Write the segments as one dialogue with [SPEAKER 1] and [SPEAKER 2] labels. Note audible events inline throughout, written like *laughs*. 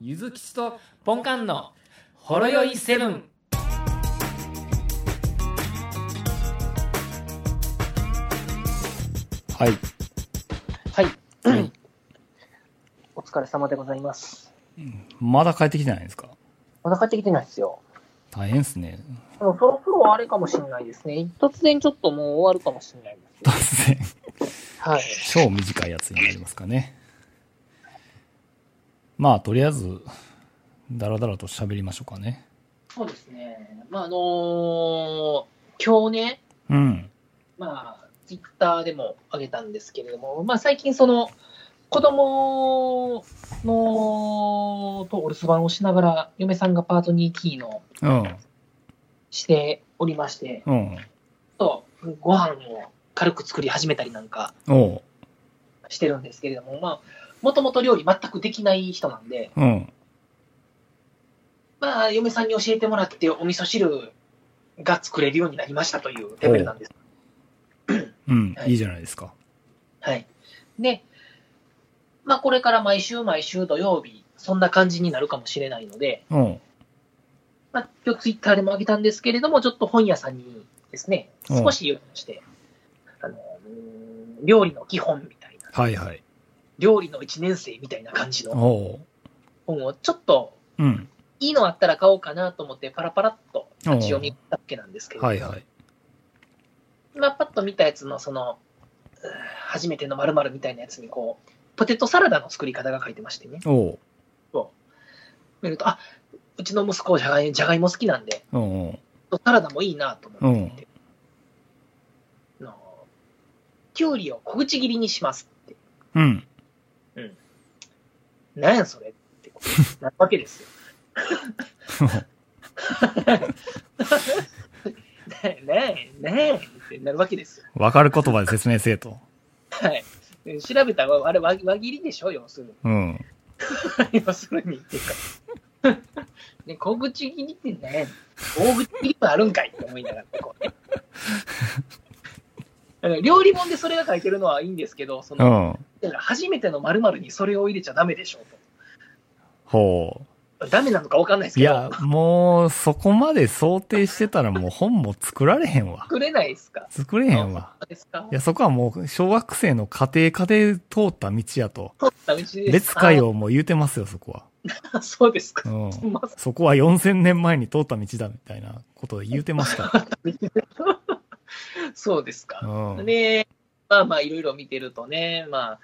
[SPEAKER 1] ゆずきちとポンカンのほろよいセブン。
[SPEAKER 2] はい。
[SPEAKER 3] はい、
[SPEAKER 2] はい
[SPEAKER 3] お疲れ様でございます。
[SPEAKER 2] まだ帰ってきてないんですか
[SPEAKER 3] まだ帰ってきてないですよ。
[SPEAKER 2] 大変ですね。
[SPEAKER 3] でもそろそろあれかもしれないですね。突然ちょっともう終わるかもしれないですね。
[SPEAKER 2] 突然、
[SPEAKER 3] はい。
[SPEAKER 2] *laughs* 超短いやつになりますかね。まあ、とりあえず、だらだらと喋りましょうかね。
[SPEAKER 3] そうですね。まあ、あのー今日ね、
[SPEAKER 2] うん。
[SPEAKER 3] まあ、ツイッターでも上げたんですけれども、まあ、最近その、子供の、とお留守番をしながら、嫁さんがパート2キーの
[SPEAKER 2] うん。
[SPEAKER 3] しておりまして、
[SPEAKER 2] うん。
[SPEAKER 3] ちょっとご飯を軽く作り始めたりなんか
[SPEAKER 2] おう。
[SPEAKER 3] してるんですけれども、まあ、もともと料理全くできない人なんで、
[SPEAKER 2] うん。
[SPEAKER 3] まあ、嫁さんに教えてもらって、お味噌汁が作れるようになりましたというレベルなんです。
[SPEAKER 2] うん
[SPEAKER 3] は。い
[SPEAKER 2] いいじゃないですか。
[SPEAKER 3] はい。で、まあ、これから毎週毎週土曜日、そんな感じになるかもしれないので、
[SPEAKER 2] うん。
[SPEAKER 3] まあ、今日ツイッターでも上げたんですけれども、ちょっと本屋さんにですね、
[SPEAKER 2] うん
[SPEAKER 3] 少し予約して、あの、うーん料理の基本みたいな、
[SPEAKER 2] はいはい。
[SPEAKER 3] 料理の1年生みたいな感じの
[SPEAKER 2] おう。
[SPEAKER 3] 本をちょっと
[SPEAKER 2] うん。
[SPEAKER 3] いいのあったら買おうかなと思って、パラパラっと立ち読みしたわけなんですけれども、
[SPEAKER 2] はいはい。
[SPEAKER 3] まあ、パッと見たやつの、その、うー初めての〇〇みたいなやつに、こう、ポテトサラダの作り方が書いてましてね。
[SPEAKER 2] おう。
[SPEAKER 3] 見ると、あ、うちの息子じゃがい、じゃがいも好きなんで、
[SPEAKER 2] うんうん。
[SPEAKER 3] サラダもいいなと思って、あのきゅうりを小口切りにしますって。
[SPEAKER 2] うん。
[SPEAKER 3] なんやそれってことになるわけ
[SPEAKER 2] *laughs*
[SPEAKER 3] ですよ。 *laughs* ねえ、ねえ、ねえってなるわけですよ。
[SPEAKER 2] わかる言葉で説明せえと。
[SPEAKER 3] はい。で調べたら、あれ輪輪切りでしょ要するに。
[SPEAKER 2] うん。
[SPEAKER 3] 要するに *laughs* っていうか。 *laughs* ね、小口切りってね、大口切りもあるんかいって思いながら、こ *laughs* うね。だから料理本でそれが書いてるのはいいんですけど、そ
[SPEAKER 2] う、ん。
[SPEAKER 3] のだから初めての〇〇にそれを入れちゃダメでしょ
[SPEAKER 2] ほう。
[SPEAKER 3] と。ダメなのか分かんないです
[SPEAKER 2] い
[SPEAKER 3] けど、
[SPEAKER 2] や、もう、そこまで想定してたらもう本も作られへんわ。
[SPEAKER 3] 作れないですか
[SPEAKER 2] 作れへんわ。
[SPEAKER 3] そうですか
[SPEAKER 2] いや、そこはもう、小学生の家庭科で通った道やと。
[SPEAKER 3] ダメです
[SPEAKER 2] 列海王も言うてますよ、そこは。
[SPEAKER 3] あそうですか
[SPEAKER 2] う。ん。
[SPEAKER 3] *laughs* まさ
[SPEAKER 2] そこは4000年前に通った道だ、みたいなことを言うてました。
[SPEAKER 3] に。そうです
[SPEAKER 2] う
[SPEAKER 3] か。 *laughs*
[SPEAKER 2] ん。
[SPEAKER 3] で、まあまあ、いろいろ見てるとね、まあ、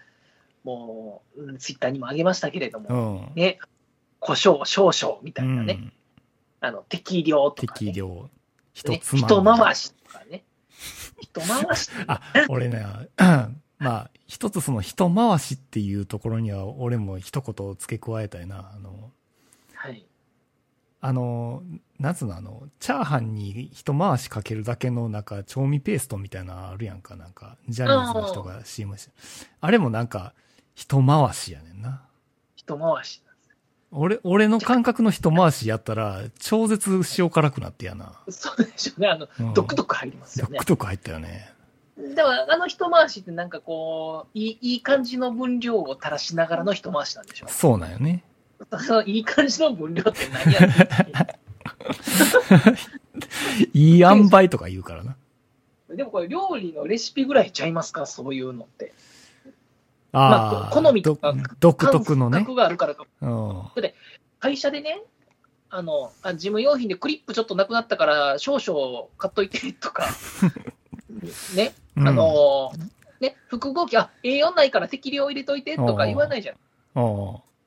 [SPEAKER 3] もう、うんツイッターにもあげましたけれども、
[SPEAKER 2] うん。
[SPEAKER 3] ね、胡椒少々み
[SPEAKER 2] う
[SPEAKER 3] たいなね、
[SPEAKER 2] ん。
[SPEAKER 3] あの適量とか、ね
[SPEAKER 2] 適量。一
[SPEAKER 3] ね、
[SPEAKER 2] つまみ。
[SPEAKER 3] 一回しとかね、一回しと
[SPEAKER 2] あ、
[SPEAKER 3] か、
[SPEAKER 2] 俺ね、 *clears throat* まあ、一つその一回しっていうところには、俺も一言付け加えたいな。あの、
[SPEAKER 3] はい、
[SPEAKER 2] あの、なんつうの、あの、チャーハンに一回しかけるだけの、なんか、調味ペーストみたいなのあるやんか、なんか、ジャニーズの人が CM して。あれもなんか、一回しやねんな。
[SPEAKER 3] 一回しなんです
[SPEAKER 2] 俺、俺の感覚の一回しやったら、超絶塩辛くなってやな。
[SPEAKER 3] そうでしょうね、あの、
[SPEAKER 2] うん
[SPEAKER 3] ドクドク入りますよ
[SPEAKER 2] 独
[SPEAKER 3] ね。
[SPEAKER 2] 特入ったよね。
[SPEAKER 3] だから、あの一回しって、なんかこういい、いい感じの分量を垂らしながらの一回しなんでしょ
[SPEAKER 2] そうなんよね。
[SPEAKER 3] う。そのいい感じの分量って何やね
[SPEAKER 2] いい塩梅とか言うからな。 *laughs*
[SPEAKER 3] んでもこれ、料理のレシピぐらいちゃいますか、そういうのって。
[SPEAKER 2] ああ、
[SPEAKER 3] 好みとか
[SPEAKER 2] ど独特のね。
[SPEAKER 3] 感覚があるからか
[SPEAKER 2] うん。あ
[SPEAKER 3] 会社でね、あの、あ事務用品でクリップちょっとなくなったから、少々買っといて
[SPEAKER 2] *laughs*
[SPEAKER 3] とか、ね、あの、ね、複合機、あ、A4 ないから適量入れといてとか言わないじゃん。
[SPEAKER 2] うん。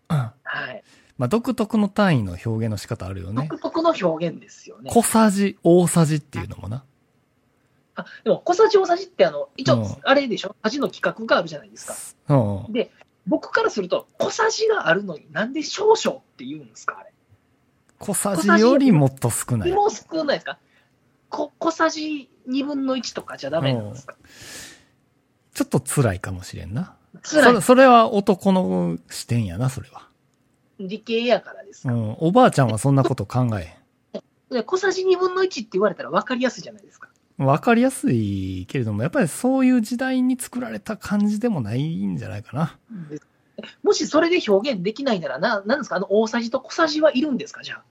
[SPEAKER 2] ま
[SPEAKER 3] はい。
[SPEAKER 2] あ、独特の単位の表現の仕方あるよね。
[SPEAKER 3] 独特の表現ですよね。
[SPEAKER 2] 小さじ、大さじっていうのもな。
[SPEAKER 3] あでも、小さじ大さじって、あの、一
[SPEAKER 2] う
[SPEAKER 3] 応
[SPEAKER 2] ん、
[SPEAKER 3] あれでしょ、さじの規格があるじゃないですか。
[SPEAKER 2] うん。
[SPEAKER 3] 僕からすると、小さじがあるのになんで少々って言うんですか、あれ。
[SPEAKER 2] 小さじよりもっと少ない。
[SPEAKER 3] もう少ないですかこ小さじ2分の1とかじゃダメなんですか、
[SPEAKER 2] ちょっと辛いかもしれんな。そ
[SPEAKER 3] 辛い
[SPEAKER 2] れそれは男の視点やな、それは。
[SPEAKER 3] 理系やからです
[SPEAKER 2] う
[SPEAKER 3] か、
[SPEAKER 2] ん。おばあちゃんはそんなこと考え
[SPEAKER 3] で小さじ2分の1って言われたら分かりやすいじゃないですか。
[SPEAKER 2] へん。わかりやすいけれども、やっぱりそういう時代に作られた感じでもないんじゃないかな。
[SPEAKER 3] でもしそれで表現できないなら、な、なんですかあの、大さじと小さじはいるんですかじゃあ。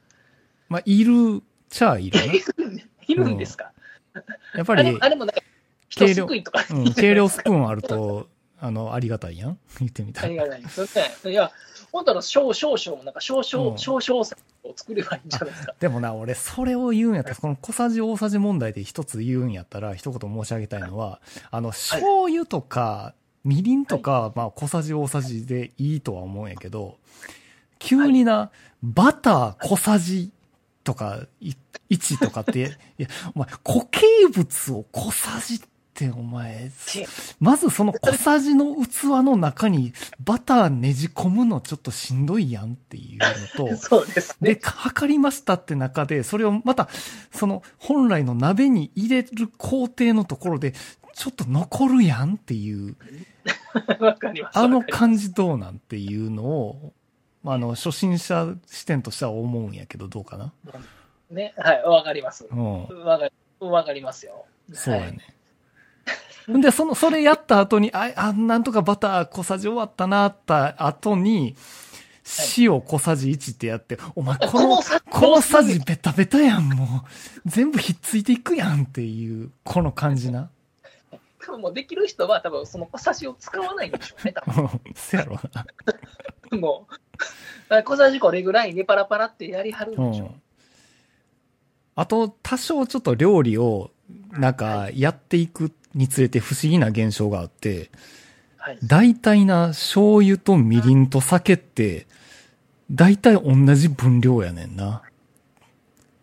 [SPEAKER 2] まあ、いるちゃいるな。
[SPEAKER 3] いるんですか、
[SPEAKER 2] やっぱ
[SPEAKER 3] あれ *laughs*
[SPEAKER 2] り、
[SPEAKER 3] あれもなんか、人すくいとか。
[SPEAKER 2] うん、計量スプーンあると、あの、ありがたいやん。言ってみた
[SPEAKER 3] *laughs* あり
[SPEAKER 2] い。
[SPEAKER 3] がない。そうですね。いや、本当は少々々もなんか少
[SPEAKER 2] う
[SPEAKER 3] 々、
[SPEAKER 2] ん
[SPEAKER 3] 少々を作ればいいんじゃないですか。
[SPEAKER 2] でもな、俺、それを言うんやったら、この小さじ大さじ問題で一つ言うんやったら、一言申し上げたいのは、あの、醤油とか、みりんとかは、まあ、小さじ大さじでいいとは思うんやけど、急にな、バター小さじとか、い1とかって、 *laughs* いや、お前、固形物を小さじって、お前、まずその小さじの器の中にバターねじ込むのちょっとしんどいやんっていう *laughs* のと、
[SPEAKER 3] そうです
[SPEAKER 2] で、
[SPEAKER 3] ね。
[SPEAKER 2] 測りましたって中で、それをまた、その本来の鍋に入れる工程のところで、ちょっと残るやんっていう、
[SPEAKER 3] わかります。
[SPEAKER 2] あの
[SPEAKER 3] わかります
[SPEAKER 2] 感じどうなんっていうのを、まあ、あの、初心者視点としては思うんやけど、どうかな。
[SPEAKER 3] ね。はい、わかります。
[SPEAKER 2] うん。
[SPEAKER 3] わかりわかりますよ。
[SPEAKER 2] そうや
[SPEAKER 3] はい
[SPEAKER 2] ね。んで、その、それやった後に、あ、あ、なんとかバター小さじ終わったな、った後に、塩小さじ1ってやって、お前この
[SPEAKER 3] このさ、
[SPEAKER 2] このさじベタベタやん、もう。全部ひっついていくやんっていう、この感じな。 *laughs*
[SPEAKER 3] 多分もうできる人は、多分その小差しを使わないんでしょうね、多
[SPEAKER 2] せやろな。
[SPEAKER 3] 分 *laughs* もう。だから小差しこれぐらいね、パラパラってやりはるん
[SPEAKER 2] う
[SPEAKER 3] でしょう。
[SPEAKER 2] ん。あと、多少ちょっと料理を、なんか、やっていくにつれて不思議な現象があって、
[SPEAKER 3] はい。
[SPEAKER 2] 大体な、醤油とみりんと酒って、大体同じ分量やねんな。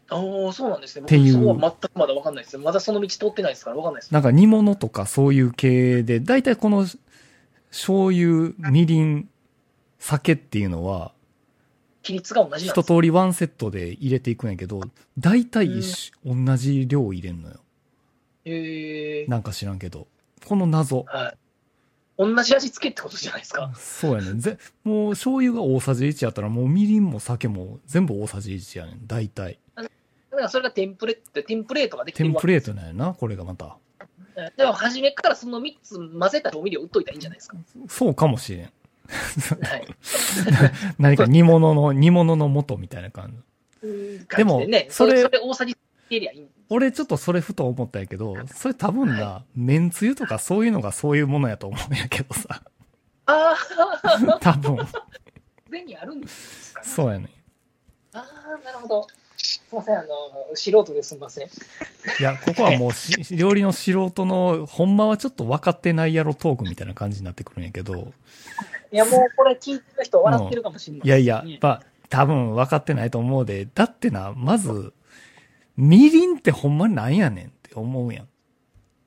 [SPEAKER 3] おーそうなんですね。
[SPEAKER 2] ってい
[SPEAKER 3] 僕
[SPEAKER 2] う
[SPEAKER 3] そこは全くまだわかんないです。まだその道通ってないですから、わかんないです。
[SPEAKER 2] なんか煮物とかそういう系で、大体この醤油、みりん、酒っていうのは、
[SPEAKER 3] 比率が同じなんで
[SPEAKER 2] 一
[SPEAKER 3] す。
[SPEAKER 2] 通りワンセットで入れていくんやけど、大体一緒、同じ量入れんのよ。
[SPEAKER 3] へえー。
[SPEAKER 2] なんか知らんけど。この謎。
[SPEAKER 3] はい。同じ味付けってことじゃないですか。
[SPEAKER 2] そうやねん。ぜ、もう醤油が大さじ1やったら、もうみりんも酒も全部大さじ1やねん。大体。
[SPEAKER 3] だからそれがテンプレって、テンプレートができて
[SPEAKER 2] テ
[SPEAKER 3] る
[SPEAKER 2] ン
[SPEAKER 3] わ
[SPEAKER 2] プレートなんやな、これがまた。
[SPEAKER 3] はいでも初めからその3つ混ぜた調味料打っといたらいいんじゃないですか。
[SPEAKER 2] そうかもしれん。 *laughs*
[SPEAKER 3] はい。
[SPEAKER 2] 何か煮物の、煮物の元みたいな感じ。でも
[SPEAKER 3] 感じね、
[SPEAKER 2] そ
[SPEAKER 3] そ
[SPEAKER 2] れ
[SPEAKER 3] れ、それ大さじ入れりゃいいん
[SPEAKER 2] 俺ちょっとそれふと思ったんやけど、それ多分な、めんつゆとかそういうのがそういうものやと思うんやけどさ。
[SPEAKER 3] ああ、
[SPEAKER 2] 多分、
[SPEAKER 3] *laughs* 上にあるんですか、ね、
[SPEAKER 2] そうやねん。
[SPEAKER 3] ああ、なるほど。すみません、あの、素人ですみません。
[SPEAKER 2] いや、ここはもうし、料理の素人の、ほんまはちょっと分かってないやろトークみたいな感じになってくるんやけど、
[SPEAKER 3] いや、もうこれ聞いてる人笑ってるかもしれない。
[SPEAKER 2] いやいや、まあ、多分分かってないと思うで、だってな、まず、みりんってほんまなんやねんって思うやん。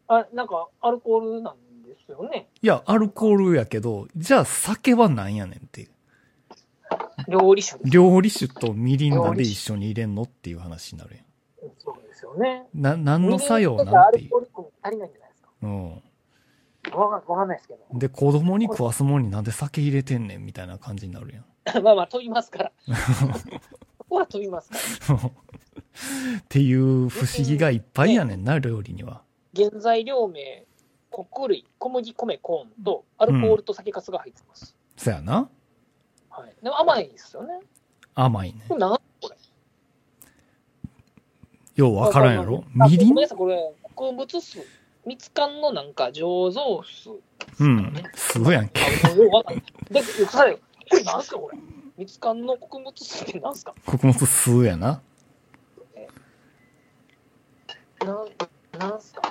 [SPEAKER 3] あ、なんか、アルコールなんですよね。
[SPEAKER 2] いや、アルコールやけど、じゃあ酒はなんやねんっていう。
[SPEAKER 3] 料理酒です。
[SPEAKER 2] 料理酒とみりんなんで一緒に入れんのっていう話になるや
[SPEAKER 3] そうですよね。
[SPEAKER 2] ん。な、何の作用
[SPEAKER 3] 人間
[SPEAKER 2] なん
[SPEAKER 3] ア
[SPEAKER 2] て
[SPEAKER 3] ル
[SPEAKER 2] い
[SPEAKER 3] コール分足りないんじゃないです
[SPEAKER 2] う。うん。
[SPEAKER 3] か。わかわかんないですけど。
[SPEAKER 2] で、子供に食わすもんになんで酒入れてんねんみたいな感じになるやん。
[SPEAKER 3] まあまあ、飛びますから。ここは飛びますから。
[SPEAKER 2] っていう不思議がいっぱいやねんな、料理には。
[SPEAKER 3] 原材料名、穀類、小麦、米、コーンと、アルコールと酒粕が入ってます。
[SPEAKER 2] そやな。
[SPEAKER 3] はい。でも甘いですよね。
[SPEAKER 2] 甘いね。
[SPEAKER 3] これ何これ。
[SPEAKER 2] ようわからんやろ
[SPEAKER 3] あ
[SPEAKER 2] みり
[SPEAKER 3] ご
[SPEAKER 2] ん
[SPEAKER 3] めんなさい、これ、穀物酢、蜜柑のなんか醸造酢。
[SPEAKER 2] うん。すごいやんけ。
[SPEAKER 3] あ、もうようわかんない。で、さよ、これなんすか、これ。蜜柑の穀物酢ってなんすか
[SPEAKER 2] 穀物酢やな。
[SPEAKER 3] なん、なんすか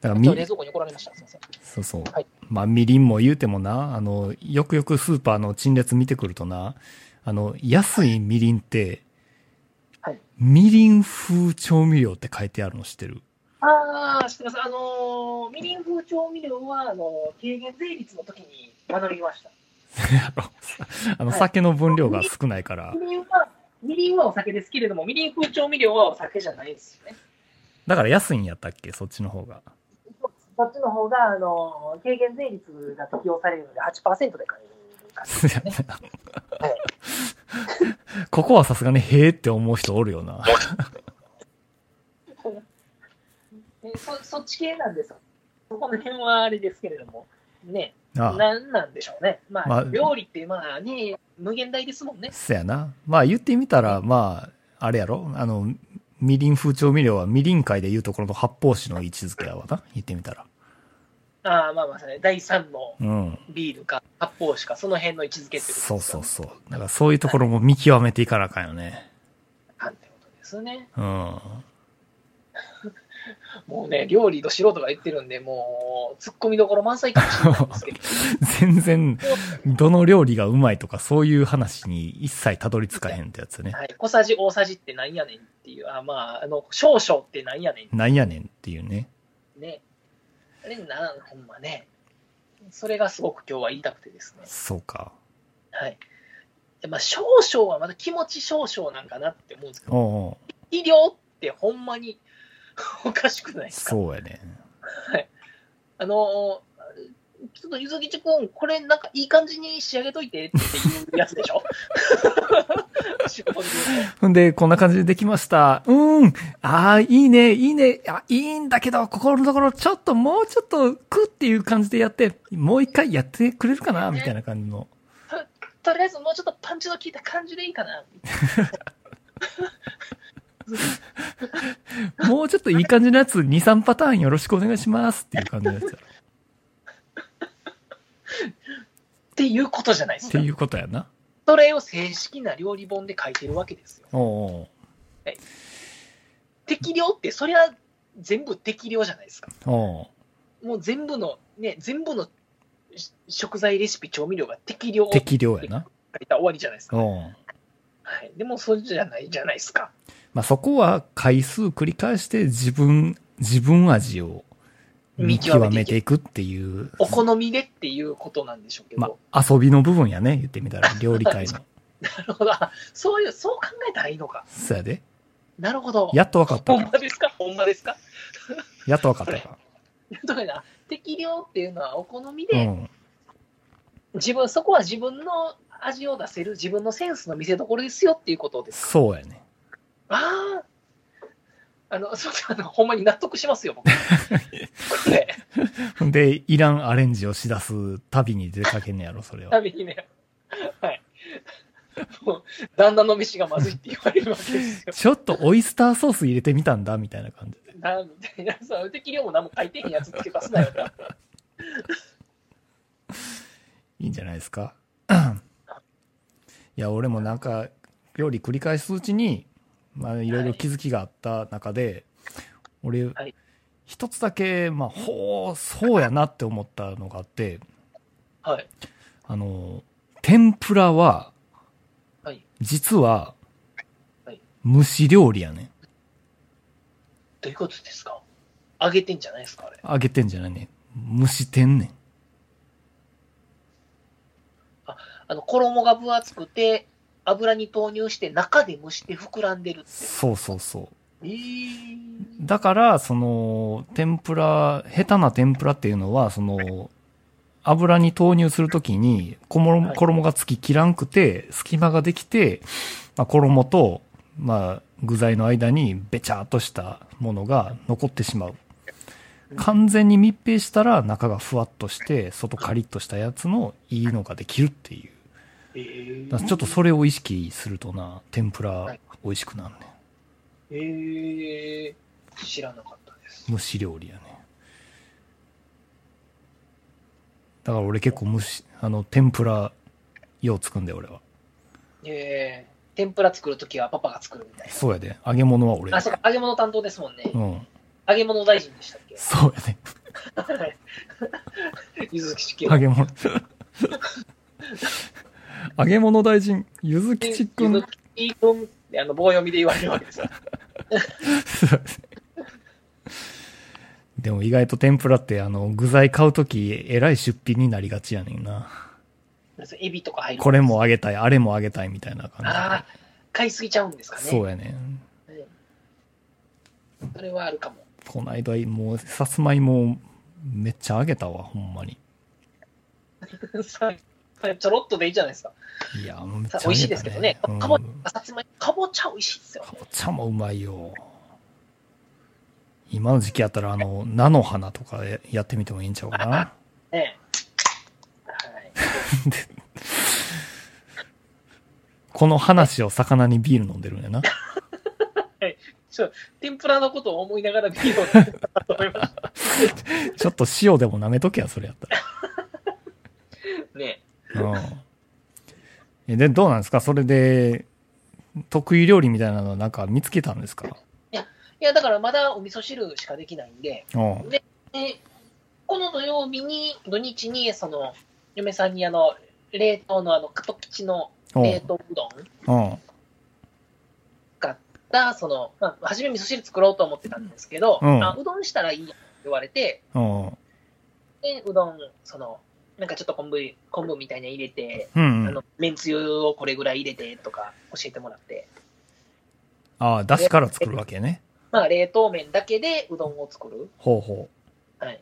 [SPEAKER 2] だから
[SPEAKER 3] ち
[SPEAKER 2] み
[SPEAKER 3] ょっと冷、蔵庫に怒られました。すいません。
[SPEAKER 2] そうそう
[SPEAKER 3] はい。
[SPEAKER 2] まあ、みりんも言うてもな、あの、よくよくスーパーの陳列見てくるとな、あの、安いみりんって
[SPEAKER 3] はい、
[SPEAKER 2] みりん風調味料って書いてあるの知って *laughs* る
[SPEAKER 3] ああ、知ってます。あのー、みりん風調味料は、あのー、軽減税率の時に学びました。
[SPEAKER 2] やろあの、
[SPEAKER 3] はい
[SPEAKER 2] 酒の分量が少ないから
[SPEAKER 3] み。りんは、みりんはお酒ですけれども、みりん風調味料はお酒じゃないですよね。
[SPEAKER 2] だから安いんやったっけそっちの方が。
[SPEAKER 3] そっちの方が、あの、軽減税率が適用されるので8%で買える感じですね。
[SPEAKER 2] *laughs* ここはさすがに、へえって思う人おるよな。
[SPEAKER 3] えそそっち系なんですよ。そこの辺はあれですけれども、ね、
[SPEAKER 2] ああ
[SPEAKER 3] なんなんでしょうね。まあ、
[SPEAKER 2] まあ
[SPEAKER 3] 料理って、まあね、無限大ですもんね。
[SPEAKER 2] そやな。まあ言ってみたら、まあ、あれやろあの、みりん風調味料はみりん界でいうところの発泡酒の位置づけやわな。言ってみたら。
[SPEAKER 3] ああ、まあまあ、それ第3の
[SPEAKER 2] うん。
[SPEAKER 3] ビールか発泡酒か、その辺の位置づけってことです
[SPEAKER 2] そ
[SPEAKER 3] よ
[SPEAKER 2] うそうそう。だからそういうところも見極めていかなあかんよね。
[SPEAKER 3] あってことですね。
[SPEAKER 2] うん。
[SPEAKER 3] もうね、料理の素人が言ってるんで、もう、突っ込みどころ満載かもしれないん
[SPEAKER 2] *laughs*
[SPEAKER 3] ですけど。
[SPEAKER 2] 全然、どの料理がうまいとかそういう話に一切たどり着かへんってやつね。
[SPEAKER 3] はい、小さじ大さじってなんやねんっていう、あまあ、あの、少々ってなんやねんっ
[SPEAKER 2] なんやねんっていうね。
[SPEAKER 3] てね。あれなん、ほんまね。それがすごく今日は言いたくてですね。
[SPEAKER 2] そうか。
[SPEAKER 3] はい。でまあ、少々はまだ気持ち少々なんかなって思うんですけど、
[SPEAKER 2] おうおう
[SPEAKER 3] 医療ってほんまに *laughs* おかしくないですか
[SPEAKER 2] そうやね。
[SPEAKER 3] あのーちょっとゆずきちくん、これなんかいい感じに仕上げといてっていうやつで
[SPEAKER 2] *laughs*
[SPEAKER 3] しょ仕事で言う
[SPEAKER 2] ほんで、こんな感じでできました。うーん。ああ、いいね、いいね。あ、いいんだけど、ここのところ、ちょっともうちょっと、くっていう感じでやって、もう一回やってくれるかなみたいな感じの。
[SPEAKER 3] ととりあえずもうちょっとパンチの効いた感じでいいかなみたい
[SPEAKER 2] もうちょっといい感じのやつ、2、3パターンよろしくお願いしますっていう感じのやつやろ。
[SPEAKER 3] なっていうことじゃないで
[SPEAKER 2] っ
[SPEAKER 3] す
[SPEAKER 2] て
[SPEAKER 3] か。
[SPEAKER 2] いうことやな。
[SPEAKER 3] それを正式な料理本で書いてるわけですよ。
[SPEAKER 2] おうおう
[SPEAKER 3] 適量って、そりゃ全部適量じゃないですか。
[SPEAKER 2] おう
[SPEAKER 3] もう全部の、ね、全部のし食材、レシピ、調味料が適量って書
[SPEAKER 2] 適量やな。
[SPEAKER 3] いたら終わりじゃないですか。
[SPEAKER 2] おう
[SPEAKER 3] はい、でも、それじゃないじゃないですか。
[SPEAKER 2] まあ、そこは回数繰り返して自分、自分味を見極めていくっていう、
[SPEAKER 3] お好みでっていうことなんでしょうけど。
[SPEAKER 2] まあ、遊びの部分やね。言ってみたら、料理界 *laughs* の。
[SPEAKER 3] なるほど。あそういう、そう考えたらいいのか。
[SPEAKER 2] そやで。
[SPEAKER 3] なるほど。
[SPEAKER 2] やっとわか
[SPEAKER 3] *laughs*
[SPEAKER 2] った
[SPEAKER 3] ほん
[SPEAKER 2] か
[SPEAKER 3] ま。ですかほんまですか
[SPEAKER 2] やっとわかったか。
[SPEAKER 3] とかな適量っていうのはお好み
[SPEAKER 2] う
[SPEAKER 3] で、
[SPEAKER 2] ん。
[SPEAKER 3] 自分、そこは自分の味を出せる、自分のセンスの見せ所ですよっていうことです。
[SPEAKER 2] そうやね。
[SPEAKER 3] ああ。あの、そうあの、ほんまに納得しますよ、
[SPEAKER 2] *laughs*
[SPEAKER 3] 僕。これ、
[SPEAKER 2] で、いらんアレンジをしだす旅に出かけんねやろ、それは。
[SPEAKER 3] 旅にね。はい。もう、旦那の飯がまずいって言われるわけですよ。
[SPEAKER 2] ちょっとオイスターソース入れてみたんだ、みたいな感じで。
[SPEAKER 3] なみたいな、さ、適量も何も書いてへんやつ付け足すなよ。
[SPEAKER 2] いいんじゃないですか。 *clears throat* いや、俺もなんか、料理繰り返すうちに、まあ、いろいろ気づきがあった中で、俺、
[SPEAKER 3] はい
[SPEAKER 2] 一つだけ、まあ、ほう、そうやなって思ったのがあって、
[SPEAKER 3] はい。
[SPEAKER 2] あの、天ぷらは、
[SPEAKER 3] はい。
[SPEAKER 2] 実は
[SPEAKER 3] はい、
[SPEAKER 2] 蒸し料理やねん。
[SPEAKER 3] どういうことですか揚げてんじゃないですかあれ。
[SPEAKER 2] 揚げてんじゃないねん。蒸してんねん。
[SPEAKER 3] あの、衣が分厚くて、油に投入して、中で蒸して膨らんでるって。
[SPEAKER 2] そうそうそう。
[SPEAKER 3] えー、
[SPEAKER 2] だから、その、天ぷら、下手な天ぷらっていうのは、その、油に投入するときに、
[SPEAKER 3] は
[SPEAKER 2] 衣
[SPEAKER 3] い
[SPEAKER 2] 衣がつききらんくて、隙間ができて、まあ、衣と、まあ、具材の間にべちゃっとしたものが残ってしまう。完全に密閉したら中がふわっとして、外カリッとしたやつのいいのができるっていう。
[SPEAKER 3] えー
[SPEAKER 2] だからちょっとそれを意識するとな、天ぷら美味しくなるね
[SPEAKER 3] えー、知らなかったです。
[SPEAKER 2] 蒸し料理やねだから俺結構蒸しあの天ぷらよう作んだよ俺は
[SPEAKER 3] えー、天ぷら作るときはパパが作るみたい
[SPEAKER 2] そうやで揚げ物は俺
[SPEAKER 3] な。
[SPEAKER 2] や
[SPEAKER 3] あ、そうか、揚げ物担当ですもんね
[SPEAKER 2] う。ん
[SPEAKER 3] 揚げ物大臣でしたっけ
[SPEAKER 2] そうやね
[SPEAKER 3] ゆずきしき
[SPEAKER 2] 揚げ物揚げ物大臣ゆずきちく
[SPEAKER 3] ゆ
[SPEAKER 2] ん
[SPEAKER 3] ずきちくんってあの棒読みで言われるわけですよ。
[SPEAKER 2] でも意外と天ぷらってあの具材買うときえらい出費になりがちやねんな
[SPEAKER 3] エビとか入る。
[SPEAKER 2] これも揚げたいあれも揚げたいみたいな感
[SPEAKER 3] ああ、買いすぎちゃうんですか
[SPEAKER 2] じ
[SPEAKER 3] ね。
[SPEAKER 2] でそうやね
[SPEAKER 3] それはあるかも。
[SPEAKER 2] こないだもうさつまいもめっちゃ揚げたわほんまに
[SPEAKER 3] さ *laughs* ちょろっとでいいじゃないですか。
[SPEAKER 2] いや、めっち
[SPEAKER 3] さ
[SPEAKER 2] ゃ
[SPEAKER 3] 美味しいですけどね。
[SPEAKER 2] うん
[SPEAKER 3] か
[SPEAKER 2] か
[SPEAKER 3] ぼ
[SPEAKER 2] ぼ
[SPEAKER 3] ちゃ、さつまいも、かぼちゃ美味しいですよ。
[SPEAKER 2] ちゃもうまいよ。
[SPEAKER 3] *laughs*
[SPEAKER 2] 今の時期やったら、あの、菜の花とかやってみてもいいんちゃうかな。
[SPEAKER 3] ね
[SPEAKER 2] でこの話を魚にビール飲んでるんやな。
[SPEAKER 3] 天ぷらのことを思いながらビールを飲んでたと思
[SPEAKER 2] *laughs*
[SPEAKER 3] いまし
[SPEAKER 2] ちょっと塩でも舐めとけや、それやった
[SPEAKER 3] たね。
[SPEAKER 2] ら。うんえ。で、どうなんですかそれで、得意料理みたいなのなんか見つけたんですか
[SPEAKER 3] いや、だからまだお味噌汁しかできないんで、
[SPEAKER 2] うん。
[SPEAKER 3] でこの土曜日に、土日に、その、嫁さんにあの、冷凍のあの、カトキチの
[SPEAKER 2] うん。
[SPEAKER 3] 冷凍うどん
[SPEAKER 2] うん。
[SPEAKER 3] が、その、まあ、初め味噌汁作ろうと思ってたんですけど、
[SPEAKER 2] うん
[SPEAKER 3] あうどんしたらいいやんって言われて、
[SPEAKER 2] うん。うん
[SPEAKER 3] で、うどん、その、なんかちょっと昆布、昆布みたいなの入れて、
[SPEAKER 2] うん。
[SPEAKER 3] あの、めんつゆをこれぐらい入れてとか教えてもらって、
[SPEAKER 2] ああ、だしから作るわけね。
[SPEAKER 3] まあ、冷凍麺だけでうどんを作る、
[SPEAKER 2] ほうほ。
[SPEAKER 3] はい、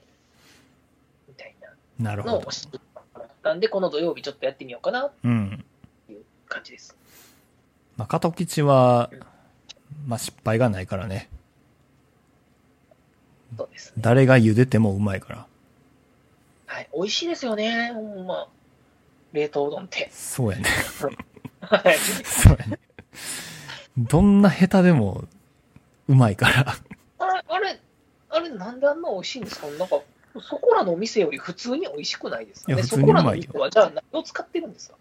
[SPEAKER 3] みたいう
[SPEAKER 2] なる
[SPEAKER 3] なの
[SPEAKER 2] ほど
[SPEAKER 3] を教。えてもらったんで、この土曜日ちょっとやってみようかなって
[SPEAKER 2] うん。
[SPEAKER 3] 感じです。
[SPEAKER 2] まあ、加藤吉は、まあ、失敗がないからね。
[SPEAKER 3] そうです。
[SPEAKER 2] 誰が茹でてもうまいから。
[SPEAKER 3] はい、美味しいですよね、ほんま。冷凍うどんって。
[SPEAKER 2] そうやね。 *laughs*
[SPEAKER 3] はい
[SPEAKER 2] そうやね。どんな下手でも、うまいから。
[SPEAKER 3] あれ、あれ、あれなんであんな美味しいんですかなんか、そこらのお店より普通に美味しくないです
[SPEAKER 2] い
[SPEAKER 3] か
[SPEAKER 2] や
[SPEAKER 3] ね。
[SPEAKER 2] 普
[SPEAKER 3] そ
[SPEAKER 2] 通に
[SPEAKER 3] こら
[SPEAKER 2] うま
[SPEAKER 3] のお
[SPEAKER 2] いよ
[SPEAKER 3] 店は、じゃあ何を使ってるんですか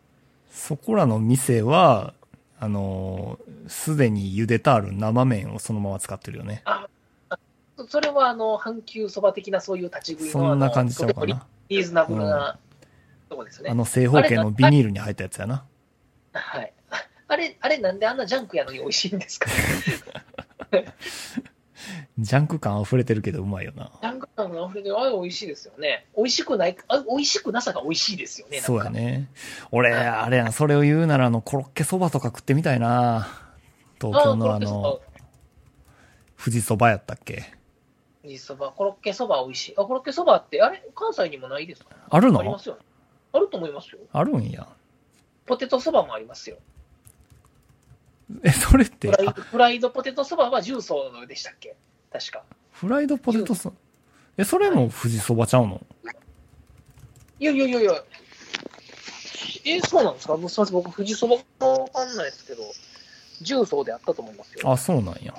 [SPEAKER 2] そこらの店は、あのーすでに茹でたある生麺をそのまま使ってるよね。
[SPEAKER 3] そそれは、あの、阪急そば的なそういう立ち食いの、
[SPEAKER 2] そん
[SPEAKER 3] あ
[SPEAKER 2] な
[SPEAKER 3] の
[SPEAKER 2] 感じちゃうか
[SPEAKER 3] とても
[SPEAKER 2] な。
[SPEAKER 3] リーズナブルな、とこですね
[SPEAKER 2] あ。の正方形のビニールに入ったやつやな。
[SPEAKER 3] はい。 *laughs* あれ、あれなんであんなジャンクやのに美味しいんですか *laughs*
[SPEAKER 2] ジャンク感溢れてるけどうまいよな。
[SPEAKER 3] ジャンク感が溢れてる、あれ美味しいですよね。美味しくない、あ美味しくなさが美味しいですよね。なんか
[SPEAKER 2] そうや。ね。俺、あれやん、それを言うならあの、コロッケそばとか食ってみたいな。東
[SPEAKER 3] あ
[SPEAKER 2] 京
[SPEAKER 3] あ、コ
[SPEAKER 2] の
[SPEAKER 3] ロ
[SPEAKER 2] あ
[SPEAKER 3] ッケそば
[SPEAKER 2] の、、富士そばやったっけ
[SPEAKER 3] 富士そば、コロッケそば美味しい。あ、コロッケそばって、あれ、関西にもないですか
[SPEAKER 2] ある
[SPEAKER 3] ありま
[SPEAKER 2] の
[SPEAKER 3] すよね。あると思いますよ。
[SPEAKER 2] あるんや。
[SPEAKER 3] ポテトそばもありますよ。
[SPEAKER 2] え、それって
[SPEAKER 3] フラ、イ
[SPEAKER 2] あ
[SPEAKER 3] フライドポテトそばは重曹でしたっけ確か。
[SPEAKER 2] フライドポテトそ、え、それも富士そばちゃうの
[SPEAKER 3] いやいやいやいや。え、そうなんですかもうすみません、僕、富士そばもわかんないですけど、重曹であったと思いますよ。
[SPEAKER 2] あ、そうなんや。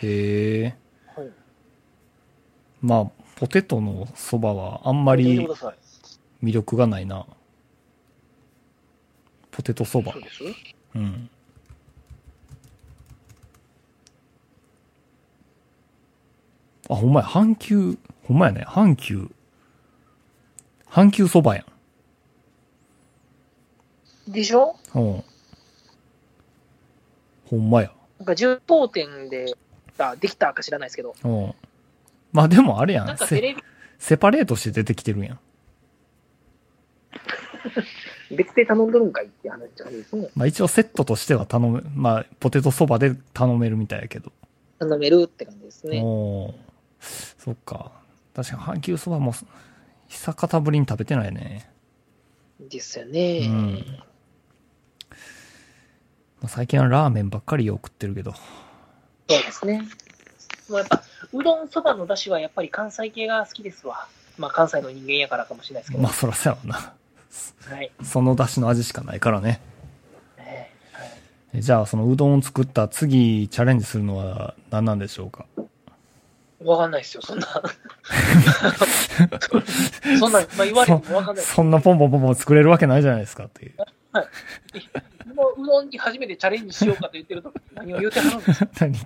[SPEAKER 2] へえ。
[SPEAKER 3] はい
[SPEAKER 2] まあ、ポテトのそばはあんま
[SPEAKER 3] あ見て
[SPEAKER 2] り
[SPEAKER 3] ください。
[SPEAKER 2] 魅力がないな。ポテトそば
[SPEAKER 3] そう。です。
[SPEAKER 2] うん。あ、ほんまや、阪急、ほんまやね、阪急。阪急そばや
[SPEAKER 3] でしょ
[SPEAKER 2] ん。うん。ほんまや。
[SPEAKER 3] なんか重曹店で、あできたか知らないですけど、
[SPEAKER 2] うん。まあでもあれや
[SPEAKER 3] なん
[SPEAKER 2] ん。
[SPEAKER 3] かテ
[SPEAKER 2] セ
[SPEAKER 3] レ
[SPEAKER 2] セパレートして出てきてるやん。
[SPEAKER 3] ビ、別で頼んどるんかいって話じゃないですね。
[SPEAKER 2] まあ一応セットとしては頼め、まあポテトそばで頼めるみたいやけど。
[SPEAKER 3] 頼めるって感じですね。
[SPEAKER 2] おーそっか。確かに阪急そばも久方ぶりに食べてないね。
[SPEAKER 3] ですよ
[SPEAKER 2] う
[SPEAKER 3] ね。
[SPEAKER 2] ん。まあ最近はラーメンばっかりよく食ってるけど。
[SPEAKER 3] そうですね。もうやっぱ、うどんそばの出汁はやっぱり関西系が好きですわ。まあ関西の人間やからかもしれないですけど。
[SPEAKER 2] まあそらそうやわな。
[SPEAKER 3] はい。
[SPEAKER 2] その出汁の味しかないからね。
[SPEAKER 3] え
[SPEAKER 2] えじゃあそのうどんを作った次チャレンジするのは何なんでしょうか
[SPEAKER 3] えわかんないですよ、そんな。 *laughs* そんな、まあ、言われてもわかんないです。
[SPEAKER 2] そんなポンポンポンポン作れるわけないじゃないですかっていう。 *laughs*
[SPEAKER 3] もううどんに初めてチャレンジしようかと言ってると、何を言うてはるんですか
[SPEAKER 2] 何、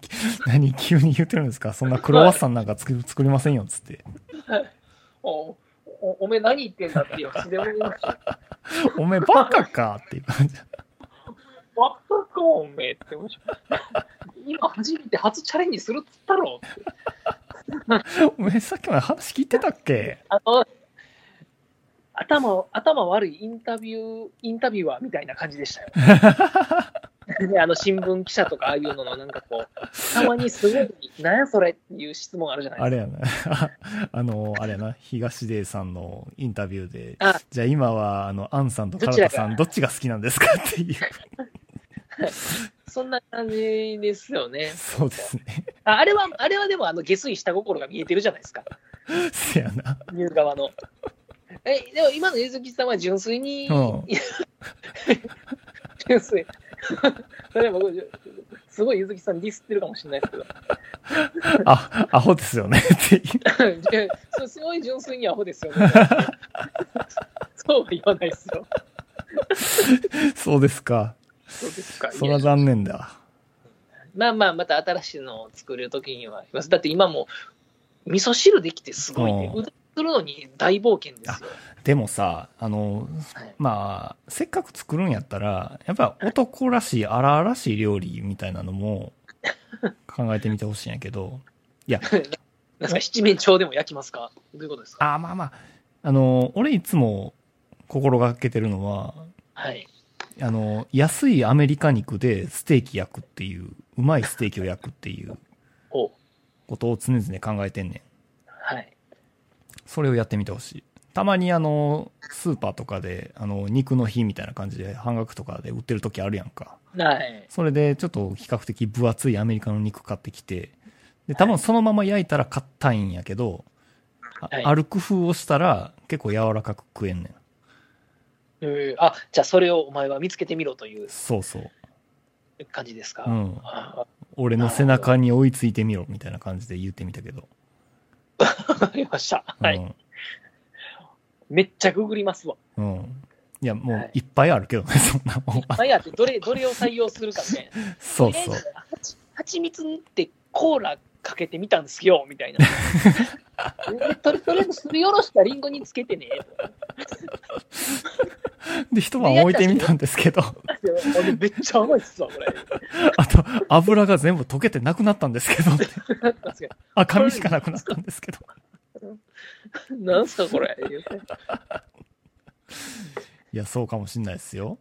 [SPEAKER 2] 何急に言ってるんですかそんなクロワッサンなんか作り作りませんよっつって。
[SPEAKER 3] おおおめえ何言ってんだっていう自然に言いますよ。
[SPEAKER 2] おめえバカかっていう感じ。 *laughs*
[SPEAKER 3] わっかおめえって面白い。今初めて初チャレンジするっつったろって。
[SPEAKER 2] おめえさっきまで話聞いてたっけ
[SPEAKER 3] あの、頭を、頭悪いインタビュー、インタビュアーみたいな感じでしたよ。 *laughs* ね、あの新聞記者とかああいうののなんかこう、たまにすごい、なんやそれっていう質問あるじゃない
[SPEAKER 2] あ
[SPEAKER 3] です
[SPEAKER 2] れやな。 *laughs* あの、あれやな。東出さんのインタビューで
[SPEAKER 3] あ、
[SPEAKER 2] じゃあ今は、あの、アンさんと
[SPEAKER 3] ど
[SPEAKER 2] カラ
[SPEAKER 3] ちら
[SPEAKER 2] タ
[SPEAKER 3] が
[SPEAKER 2] さん、どっちが好きなんですかっていう。
[SPEAKER 3] か。そんな感じですよね。
[SPEAKER 2] そうですね。 *laughs*
[SPEAKER 3] ああれは、あれはでもあの下水下心が見えてるじゃないですか。
[SPEAKER 2] せやな。
[SPEAKER 3] ニュー側の。え、でも今のゆずきさんは純粋に、
[SPEAKER 2] うん
[SPEAKER 3] 純粋。 *laughs* それは僕、すごいゆずきさんディスってるかもしれないですけど
[SPEAKER 2] あ、アホですよねって。
[SPEAKER 3] いや *laughs* そすごい純粋にアホですよね。 *laughs* そうは言わないですよ。
[SPEAKER 2] そうですか。
[SPEAKER 3] そうですか。
[SPEAKER 2] そ
[SPEAKER 3] いや
[SPEAKER 2] ら残念だ。
[SPEAKER 3] まあまあ、また新しいのを作るときには言います。だって今も、味噌汁できてすごいね。
[SPEAKER 2] うん
[SPEAKER 3] うどんするのに大冒険ですよ。
[SPEAKER 2] でもさ、あの、
[SPEAKER 3] はい
[SPEAKER 2] まあ、せっかく作るんやったら、やっぱ男らしい荒々しい料理みたいなの
[SPEAKER 3] *laughs*
[SPEAKER 2] も考えてみてほしいんやけど、
[SPEAKER 3] なんか七面鳥でも焼きますかどういうことですか
[SPEAKER 2] あまあまあ、あの、俺いつも心がけてるのは、
[SPEAKER 3] はい。
[SPEAKER 2] あの、安いアメリカ肉でステーキ焼くっていう、うまいステーキを焼くっていう
[SPEAKER 3] お
[SPEAKER 2] ことを常々考えてんねん。
[SPEAKER 3] はい。
[SPEAKER 2] それをやってみてほしい。たまにあの、スーパーとかで、あの、肉の日みたいな感じで半額とかで売ってる時あるやんか。
[SPEAKER 3] はい。
[SPEAKER 2] それでちょっと比較的分厚いアメリカの肉買ってきて、で、多分そのまま焼いたら硬いんやけど、あ
[SPEAKER 3] はい
[SPEAKER 2] ある工夫をしたら結構柔らかく食えんねん。
[SPEAKER 3] うんあ、じゃあそれをお前は見つけてみろという
[SPEAKER 2] そうそう。
[SPEAKER 3] 感じですか、
[SPEAKER 2] うん。
[SPEAKER 3] あ
[SPEAKER 2] 俺の背中に追いついてみろみたいな感じで言ってみたけど。
[SPEAKER 3] わかりました。は
[SPEAKER 2] う
[SPEAKER 3] い。
[SPEAKER 2] ん。
[SPEAKER 3] めっちゃググりますわ。
[SPEAKER 2] うん。いや、も
[SPEAKER 3] は
[SPEAKER 2] う
[SPEAKER 3] い
[SPEAKER 2] いっぱいあるけどね、 *laughs* そんなもん。
[SPEAKER 3] まあ、いやってどれ、どれを採用するかね。
[SPEAKER 2] そうそう。
[SPEAKER 3] はちみつってコーラかけてみたんですよ、みたいな。でとりとりあえずすりおろしたリンゴにつ
[SPEAKER 2] *laughs*
[SPEAKER 3] けてね。
[SPEAKER 2] で、一晩置いてみたんですけど、
[SPEAKER 3] 俺めっちゃ甘いっすわ、これ。
[SPEAKER 2] あと、油が全部溶けてなくなったんですけど、
[SPEAKER 3] 確かに
[SPEAKER 2] 赤身しかなくなったんですけど。
[SPEAKER 3] なんすか、これ。言う
[SPEAKER 2] いや、そうかもしんないですよ。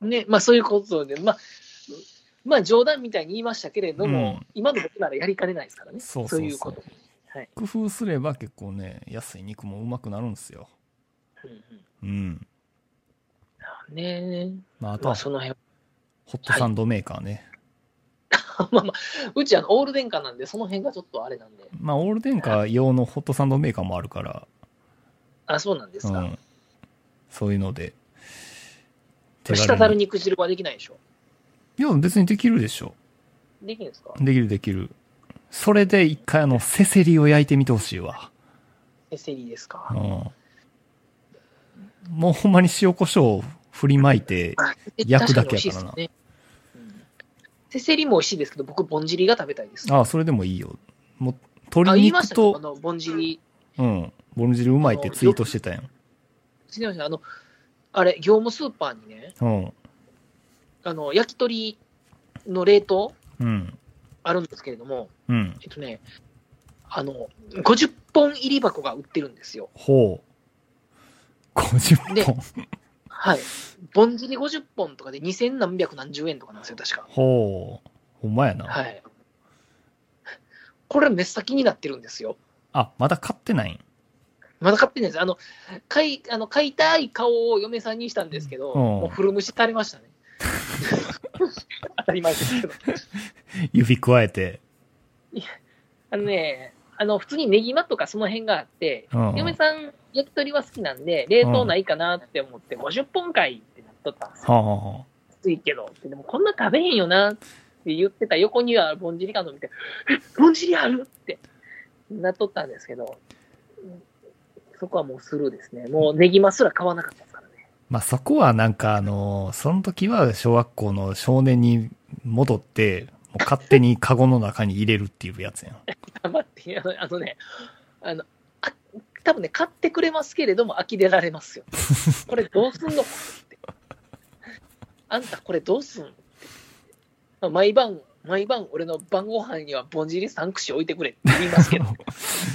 [SPEAKER 3] てね、まあそういうことで、まあ、まあ冗談みたいに言いましたけれども、
[SPEAKER 2] うん
[SPEAKER 3] 今の僕ならやりかねないですからね。
[SPEAKER 2] そうそうそう
[SPEAKER 3] いうこと。はい。
[SPEAKER 2] 工夫すれば結構ね、安い肉もうまくなるんですよ。
[SPEAKER 3] うんうん
[SPEAKER 2] うん。
[SPEAKER 3] ね
[SPEAKER 2] まあ、あ
[SPEAKER 3] え、
[SPEAKER 2] と
[SPEAKER 3] まあ
[SPEAKER 2] は、
[SPEAKER 3] その辺は
[SPEAKER 2] ホットサンドメーカーね。
[SPEAKER 3] まあまあ、うちあのオール電化なんで、その辺がちょっとあれなんで、
[SPEAKER 2] まあ、オール電化用のホットサンドメーカーもあるから、
[SPEAKER 3] あ、そうなんです
[SPEAKER 2] う
[SPEAKER 3] か。
[SPEAKER 2] ん。そういうので。
[SPEAKER 3] 滴る
[SPEAKER 2] に。
[SPEAKER 3] 肉汁はできないでしょ。
[SPEAKER 2] いや、別にできるでしょ。
[SPEAKER 3] できるんですか
[SPEAKER 2] できるできる。それで一回あの、セセリを焼いてみてほしいわ。
[SPEAKER 3] えセリです
[SPEAKER 2] うん
[SPEAKER 3] か。。
[SPEAKER 2] もうほんまに塩コショウを振りまいて、焼くだけやからな
[SPEAKER 3] 確に美味しいですねうんセセリも美味しいですけど、僕、ぼんじりが食べたいです。
[SPEAKER 2] ああ、それでもいいよ。もう、
[SPEAKER 3] あ、
[SPEAKER 2] 鶏
[SPEAKER 3] 言いまし
[SPEAKER 2] 肉
[SPEAKER 3] たね、あ
[SPEAKER 2] と、
[SPEAKER 3] の、ぼんじり。
[SPEAKER 2] うん、ボル汁うまいってツイートしてたやん。
[SPEAKER 3] すみません、あの、あれ、業務スーパーにね、
[SPEAKER 2] うん。
[SPEAKER 3] あの、焼き鳥の冷凍
[SPEAKER 2] うん。
[SPEAKER 3] あるんですけれども、
[SPEAKER 2] うん。
[SPEAKER 3] えっとね、あの、50本入り箱が売ってるんですよ。
[SPEAKER 2] ほう。50
[SPEAKER 3] で
[SPEAKER 2] 本。
[SPEAKER 3] はい。ぼんじり50本とかで2000何百何十円とかなんですよ、確か。
[SPEAKER 2] ほう。ほんまやな。
[SPEAKER 3] はい。これ、目先になってるんですよ。
[SPEAKER 2] あ、まだ買ってないん。
[SPEAKER 3] まだ買ってないです。あの、買い、あの、買いたい顔を嫁さんにしたんですけど、
[SPEAKER 2] うん
[SPEAKER 3] もう古虫垂れましたね。 *laughs* 当たり前ですけど。
[SPEAKER 2] 指加えて。
[SPEAKER 3] あのね、あの、普通にネギマとかその辺があって、
[SPEAKER 2] うん。
[SPEAKER 3] 嫁さん焼き鳥は好きなんで、冷凍ないかなって思って、50本かいってなっとったんですよ。
[SPEAKER 2] はあ、はあはあ、
[SPEAKER 3] 暑いけどって、でもこんな食べへんよなって言ってた横にはぼんじりがのみて、えぼんじりあるってなっとったんですけど、うんそこはもうスルーですね。もうネギマすら買わなかったですからね。
[SPEAKER 2] まあ、そこはなんかあの、その時は小学校の少年に戻って、もう勝手にカゴの中に入れるっていうやつや
[SPEAKER 3] *laughs*
[SPEAKER 2] ん。
[SPEAKER 3] あ待って、あのあのね、あの、あ多分ね、買ってくれますけれども、呆れられますよ。これどうすんのって。あんた、これどうすんって。まあ毎晩、毎晩、俺の晩ご飯にはぼんじり3串置いてくれって言いますけど、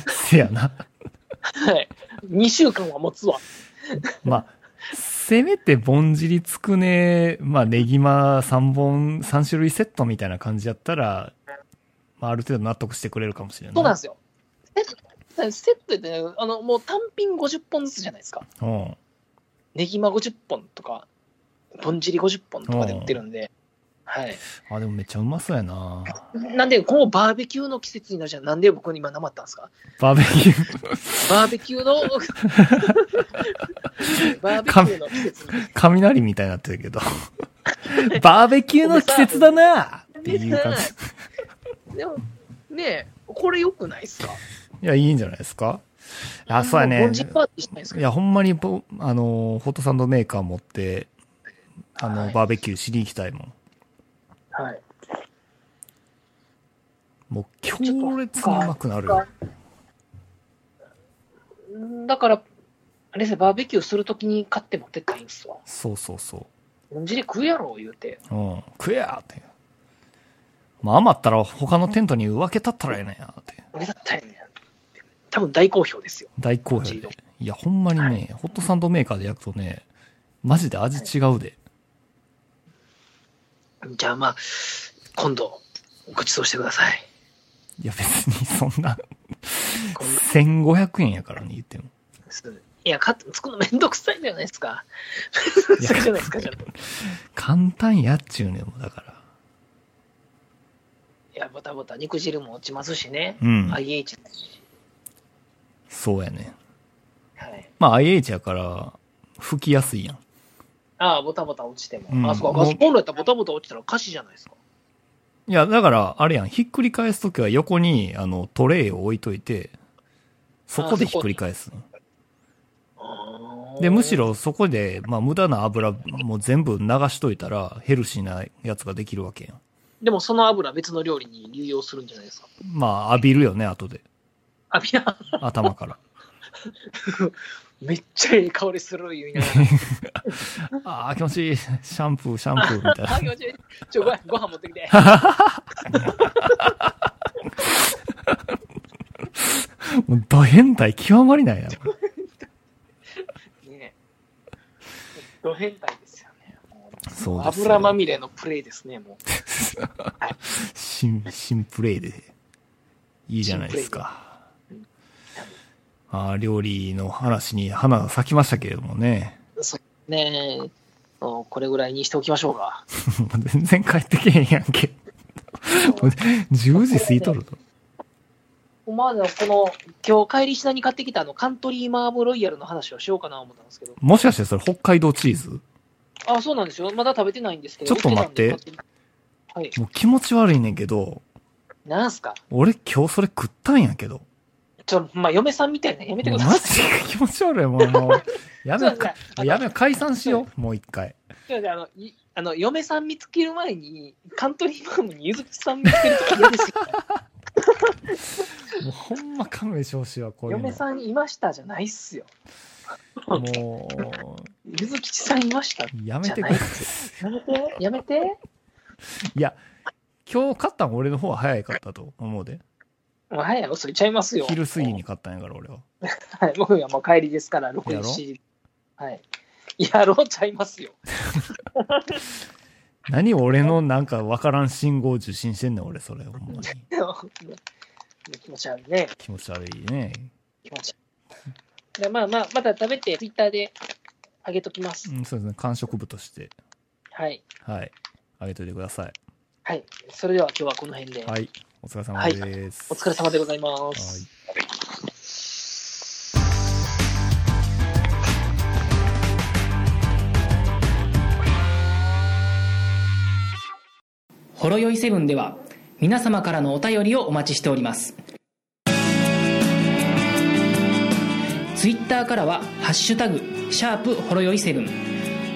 [SPEAKER 2] せやな。
[SPEAKER 3] はい。2週間は持つわ。
[SPEAKER 2] まあ、せめてぼんじりつくね、まあ、ネギマ3本、三種類セットみたいな感じやったら、まあ、ある程度納得してくれるかもしれない。
[SPEAKER 3] そうなんですよ。セットセットで、ね、あの、もう単品50本ずつじゃないですか。
[SPEAKER 2] うん。
[SPEAKER 3] ネギマ50本とか、ぼんじり50本とかで売ってるんで、はい。
[SPEAKER 2] あ、でもめっちゃうまそうやな。
[SPEAKER 3] なんで、このバーベキューの季節になるじゃん。なんで僕に今なまったんですか
[SPEAKER 2] バーベキュー、
[SPEAKER 3] バーベキュー
[SPEAKER 2] *laughs*
[SPEAKER 3] の、バーベキューの季節に。
[SPEAKER 2] 雷みたいになってるけ
[SPEAKER 3] *laughs*
[SPEAKER 2] ど。バーベキューの季節だなっていう感じ。
[SPEAKER 3] でも、ねえ、これ良くないですか
[SPEAKER 2] いや、いいんじゃないですかあ、そうや
[SPEAKER 3] も
[SPEAKER 2] ね
[SPEAKER 3] ゴ。ジパーティーじゃないです
[SPEAKER 2] い
[SPEAKER 3] か。
[SPEAKER 2] や、ほんまにぼ、あの、ホットサンドメーカー持って、あの、
[SPEAKER 3] はい
[SPEAKER 2] バーベキューしに行きたいもん。
[SPEAKER 3] はい。
[SPEAKER 2] もう強烈にうまくなるよ。
[SPEAKER 3] だから、あれですね、バーベキューするときに買って持ってったらいいんすわ。
[SPEAKER 2] そうそうそ
[SPEAKER 3] うんじで食うやろ、言うて。
[SPEAKER 2] う。うん。食えやって。まあ余ったら他のテントに分けたったらええねんやって。
[SPEAKER 3] 俺だったらね、多分大好評ですよ。
[SPEAKER 2] 大好評で。いや、ほんまにね、
[SPEAKER 3] は
[SPEAKER 2] ホットサンドメーカーで焼くとね、マジで味違うで。
[SPEAKER 3] じゃあまあ、今度、ご馳走してください。
[SPEAKER 2] いや、別にそんな、
[SPEAKER 3] こん
[SPEAKER 2] 1500円やからね、言っても。
[SPEAKER 3] いや、か作るのめんどくさいじゃないですか。
[SPEAKER 2] い
[SPEAKER 3] めんどく
[SPEAKER 2] や
[SPEAKER 3] *laughs* さいじゃないですか、じゃあ
[SPEAKER 2] 簡単やっちゅうねんもん、だから。
[SPEAKER 3] いや、ボタボタ、肉汁も落ちますしね。
[SPEAKER 2] うん。
[SPEAKER 3] IH だし。
[SPEAKER 2] そうやね。
[SPEAKER 3] はい。
[SPEAKER 2] まあ IH やから、吹きやすいやん。
[SPEAKER 3] ああ、ボタボタ落ちても。
[SPEAKER 2] うん
[SPEAKER 3] あ、そうか。
[SPEAKER 2] も
[SPEAKER 3] ガ
[SPEAKER 2] う
[SPEAKER 3] スコンロやったらボタボタ落ちたら歌詞じゃないですか。
[SPEAKER 2] いや、だから、あれやん、ひっくり返すときは横に、あの、トレイを置いといて、そこでひっくり返すね。
[SPEAKER 3] あー
[SPEAKER 2] で、むし。ろそこで、まあ、無駄な油も全部流しといたら、ヘルシーなやつができるわけやん。
[SPEAKER 3] でもその油別の料理に流用するんじゃないですか。
[SPEAKER 2] まあ、浴びるよね、後で。
[SPEAKER 3] あ、いや、
[SPEAKER 2] 頭
[SPEAKER 3] *laughs*
[SPEAKER 2] から。
[SPEAKER 3] めっちゃええ香りする言いなが
[SPEAKER 2] ああ、気持ちいい。シャンプー、シャンプー、みたい
[SPEAKER 3] ら。あ、
[SPEAKER 2] な
[SPEAKER 3] 気。持ちいい。ちょ、ご飯、ご飯持って
[SPEAKER 2] *laughs*
[SPEAKER 3] きて。
[SPEAKER 2] もう、ド変態極まりないな。
[SPEAKER 3] ねド変態ですよね。もう
[SPEAKER 2] そうですよ
[SPEAKER 3] 油まみれのプレイですね、もう。
[SPEAKER 2] 新、新プレイで、いいじゃないですか。ああ、料理の話に花が咲きましたけれどもね。 *laughs*
[SPEAKER 3] ねえ、そうこれぐらいにしておきましょう
[SPEAKER 2] *laughs*
[SPEAKER 3] か。
[SPEAKER 2] もう全然帰ってけへんやんけ。もう10時過ぎとると。
[SPEAKER 3] お前のこの、今日帰り品に買ってきたあの、カントリーマーブロイヤルの話をしようかな思ったんですけど。
[SPEAKER 2] もしかしてそれ北海道チーズ
[SPEAKER 3] あ、そうなんですよ。まだ食べてないんですけど。
[SPEAKER 2] ちょっと待って
[SPEAKER 3] 売たんで買って。はい。
[SPEAKER 2] もう気持ち悪いねんけど、
[SPEAKER 3] なんすか
[SPEAKER 2] 俺今日それ食ったんやけど。
[SPEAKER 3] ちょ、まあ、嫁さんみたいなのやめて
[SPEAKER 2] も
[SPEAKER 3] く
[SPEAKER 2] う
[SPEAKER 3] ださ
[SPEAKER 2] マ *laughs*
[SPEAKER 3] い。
[SPEAKER 2] ジで気持ち悪い。もう、も
[SPEAKER 3] *laughs*
[SPEAKER 2] うやめよう
[SPEAKER 3] そう
[SPEAKER 2] か
[SPEAKER 3] だあの
[SPEAKER 2] やめよう解散しよう。もう一回。
[SPEAKER 3] すいませんあの、いあの、嫁さん見つける前に、カントリーマームにゆずきさん見つけると嫌です
[SPEAKER 2] *laughs*
[SPEAKER 3] よ。
[SPEAKER 2] もうほんま勘弁してほしいわ、こういうの。
[SPEAKER 3] 嫁さんいましたじゃないっすよ。
[SPEAKER 2] もう、
[SPEAKER 3] ゆずきさんいました。
[SPEAKER 2] やめてくれ。
[SPEAKER 3] やめて、やめて。
[SPEAKER 2] いや、今日買ったん俺の方が早かったと思うで。
[SPEAKER 3] もう早い、嘘言っちゃいますよ。
[SPEAKER 2] 昼過ぎに買ったんやから俺は。
[SPEAKER 3] はい、僕はもう帰りですから、
[SPEAKER 2] や
[SPEAKER 3] 6
[SPEAKER 2] ろ
[SPEAKER 3] 時。はい。やろうちゃいますよ。
[SPEAKER 2] 何俺のなんかわからん信号受信してんねん俺それ。ほんまに。
[SPEAKER 3] *laughs* 気持ち悪いね。
[SPEAKER 2] 気持ち悪いね。
[SPEAKER 3] 気持ち悪い。でまあまあ、また食べて、ツイッターであげときます。
[SPEAKER 2] うん、そうですね。完食部として。
[SPEAKER 3] はい。
[SPEAKER 2] はい。あげといてください。
[SPEAKER 3] はい。それでは今日はこの辺で、
[SPEAKER 2] はい。お疲れ様です。
[SPEAKER 3] お疲れ様でございます。
[SPEAKER 2] はい
[SPEAKER 1] ほろよいセブンでは皆様からのお便りをお待ちしておりますツイッターからは「ハッシュタグシャープほろよいセブン」